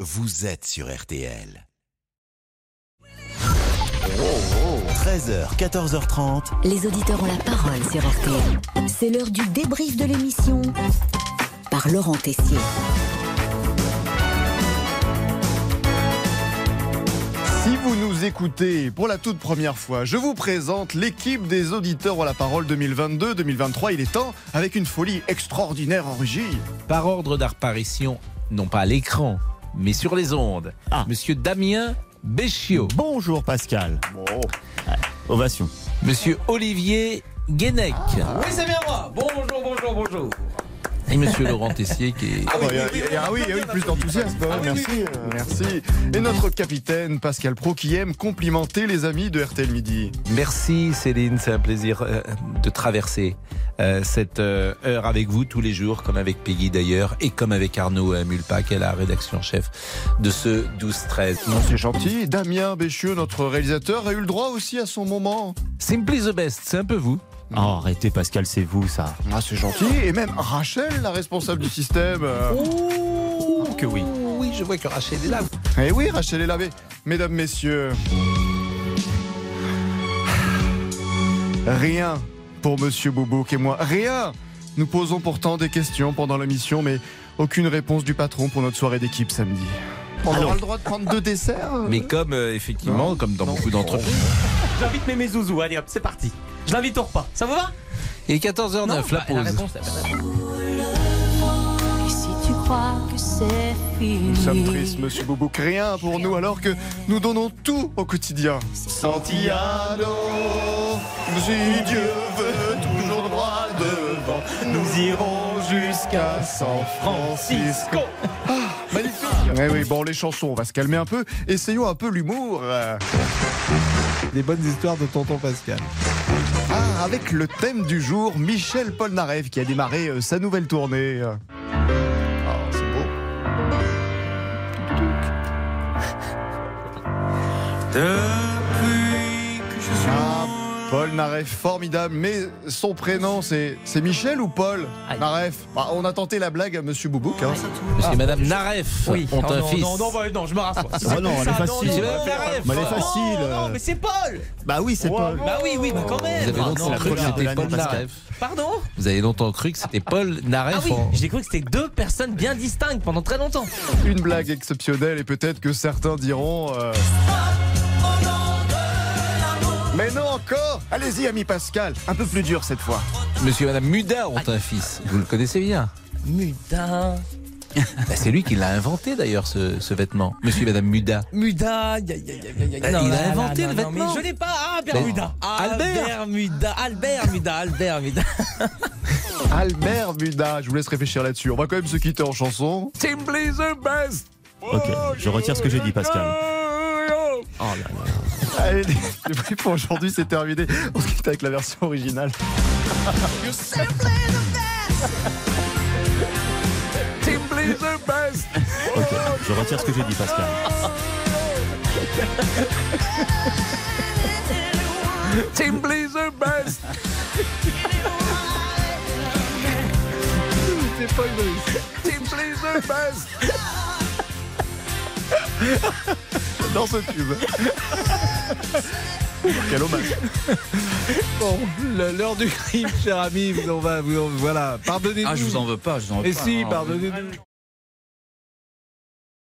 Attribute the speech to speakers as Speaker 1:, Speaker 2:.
Speaker 1: vous êtes sur RTL. 13h, 14h30.
Speaker 2: Les auditeurs ont la parole sur RTL. C'est l'heure du débrief de l'émission par Laurent Tessier.
Speaker 3: Si vous nous écoutez pour la toute première fois, je vous présente l'équipe des auditeurs à la parole 2022-2023. Il est temps avec une folie extraordinaire en régie.
Speaker 4: Par ordre d'apparition, non pas à l'écran, mais sur les ondes,
Speaker 5: Ah.
Speaker 4: Monsieur Damien Béchiot,
Speaker 5: Bonjour Pascal. Ovation.
Speaker 4: Monsieur Olivier Guénec
Speaker 6: Oui, c'est bien moi. Bonjour, bonjour, bonjour.
Speaker 4: et Monsieur Laurent Tessier qui est...
Speaker 3: Ah, oui, oui, ah oui, oui, plus d'enthousiasme. merci, euh, merci. Et notre capitaine Pascal Pro qui aime complimenter les amis de RTL Midi.
Speaker 4: Merci Céline, c'est un plaisir euh, de traverser euh, cette euh, heure avec vous tous les jours, comme avec Peggy d'ailleurs, et comme avec Arnaud euh, Mulpa, qui est la rédaction en chef de ce 12-13.
Speaker 3: Non, c'est gentil. Damien Béchieux, notre réalisateur, a eu le droit aussi à son moment.
Speaker 4: Simply the best, c'est un peu vous.
Speaker 5: Oh, arrêtez Pascal, c'est vous ça.
Speaker 3: Ah, c'est gentil. Et même Rachel, la responsable du système. euh,
Speaker 4: Oh
Speaker 5: que oui.
Speaker 4: Oui, je vois que Rachel est là.
Speaker 3: Eh oui, Rachel est lavé. Mesdames, messieurs. Rien pour Monsieur Boubouk et moi. Rien. Nous posons pourtant des questions pendant la mission, mais aucune réponse du patron pour notre soirée d'équipe samedi. On aura
Speaker 5: Alors.
Speaker 3: le droit de prendre deux desserts euh
Speaker 4: Mais comme euh, effectivement, comme dans beaucoup d'entreprises.
Speaker 6: J'invite mes mes zouzous. Allez hop, c'est parti. Je l'invite au repas. Ça vous va
Speaker 4: Et 14h09, la
Speaker 6: bah,
Speaker 4: pause.
Speaker 6: réponse, la-
Speaker 7: Et si tu crois que c'est fini,
Speaker 3: Nous sommes tristes, Monsieur Boubouk. Rien pour nous, alors que nous donnons tout au quotidien. Santiago, si Dieu veut, toujours droit devant, nous irons jusqu'à San Francisco. Ah, Magnifique Eh oui, bon, les chansons, on va se calmer un peu. Essayons un peu l'humour. euh.
Speaker 4: Les bonnes histoires de Tonton Pascal.
Speaker 3: Ah, avec le thème du jour, Michel Polnareff qui a démarré euh, sa nouvelle tournée. Ah, c'est beau. Ah, Polnareff, formidable. Mais son prénom, c'est c'est Michel ou Paul
Speaker 6: Aïe.
Speaker 3: Nareff Bah, On a tenté la blague à Monsieur Boubouk. hein.
Speaker 4: Parce
Speaker 8: Ah.
Speaker 4: que Madame Naref ont
Speaker 6: Oh,
Speaker 4: un
Speaker 6: non,
Speaker 4: fils. Ah,
Speaker 6: non, non, bah, non, je me rassois.
Speaker 5: Oh non, elle est facile.
Speaker 4: non, non,
Speaker 5: Mais elle est
Speaker 4: non,
Speaker 5: facile.
Speaker 6: Non, non, mais c'est Paul.
Speaker 5: Bah oui, c'est Paul.
Speaker 6: Bah oui, oui, bah quand
Speaker 4: Vous
Speaker 6: même.
Speaker 4: avez
Speaker 5: Ah,
Speaker 4: longtemps
Speaker 5: non, la
Speaker 4: cru que
Speaker 5: première de
Speaker 4: c'était
Speaker 5: l'année,
Speaker 4: Paul
Speaker 5: Pascal.
Speaker 4: Naref.
Speaker 6: Pardon
Speaker 4: Vous avez longtemps cru que c'était Paul Naref.
Speaker 6: Ah oui,
Speaker 4: en-
Speaker 6: j'ai cru que c'était deux personnes bien distinctes pendant très longtemps.
Speaker 3: Une blague exceptionnelle et peut-être que certains diront. euh, Mais non encore Allez-y, ami Pascal, un peu plus dur cette fois.
Speaker 4: Monsieur et Madame Muda
Speaker 8: Ah.
Speaker 4: ont un fils. Vous le connaissez bien.
Speaker 6: Muda.
Speaker 4: Bah, c'est lui qui l'a inventé d'ailleurs ce, ce vêtement. Monsieur et Madame Muda.
Speaker 6: Muda. aïe, aïe, aïe, aïe, aïe, aïe.
Speaker 4: Eh, Il
Speaker 6: Non,
Speaker 4: a
Speaker 6: non,
Speaker 4: inventé
Speaker 6: non,
Speaker 4: le
Speaker 6: non, mais
Speaker 4: vêtement.
Speaker 6: Je l'ai pas. Ah, Albert
Speaker 4: Ben,
Speaker 6: Muda.
Speaker 4: Albert.
Speaker 6: Albert Muda. Albert Muda. Albert Muda.
Speaker 3: Albert Buda, je vous laisse réfléchir là-dessus. On va quand même se quitter en chanson.
Speaker 4: Simply the best. Oh,
Speaker 5: Ok, je retire ce que j'ai dit Pascal.
Speaker 3: Allez, le prix pour aujourd'hui, c'est terminé. On se quitte avec la version originale.
Speaker 4: Simply the best.
Speaker 5: Ok, je retire ce que j'ai dit Pascal.
Speaker 4: Simply the best. Simply the best.
Speaker 3: Dans ce tube. Quel hommage.
Speaker 4: Bon, le- l'heure du crime, cher ami, on va, vous, voilà, pardonnez-nous.
Speaker 8: Ah, je vous en veux pas, je vous en veux
Speaker 4: Et
Speaker 8: pas.
Speaker 4: si,
Speaker 8: hein.
Speaker 4: pardonnez-nous.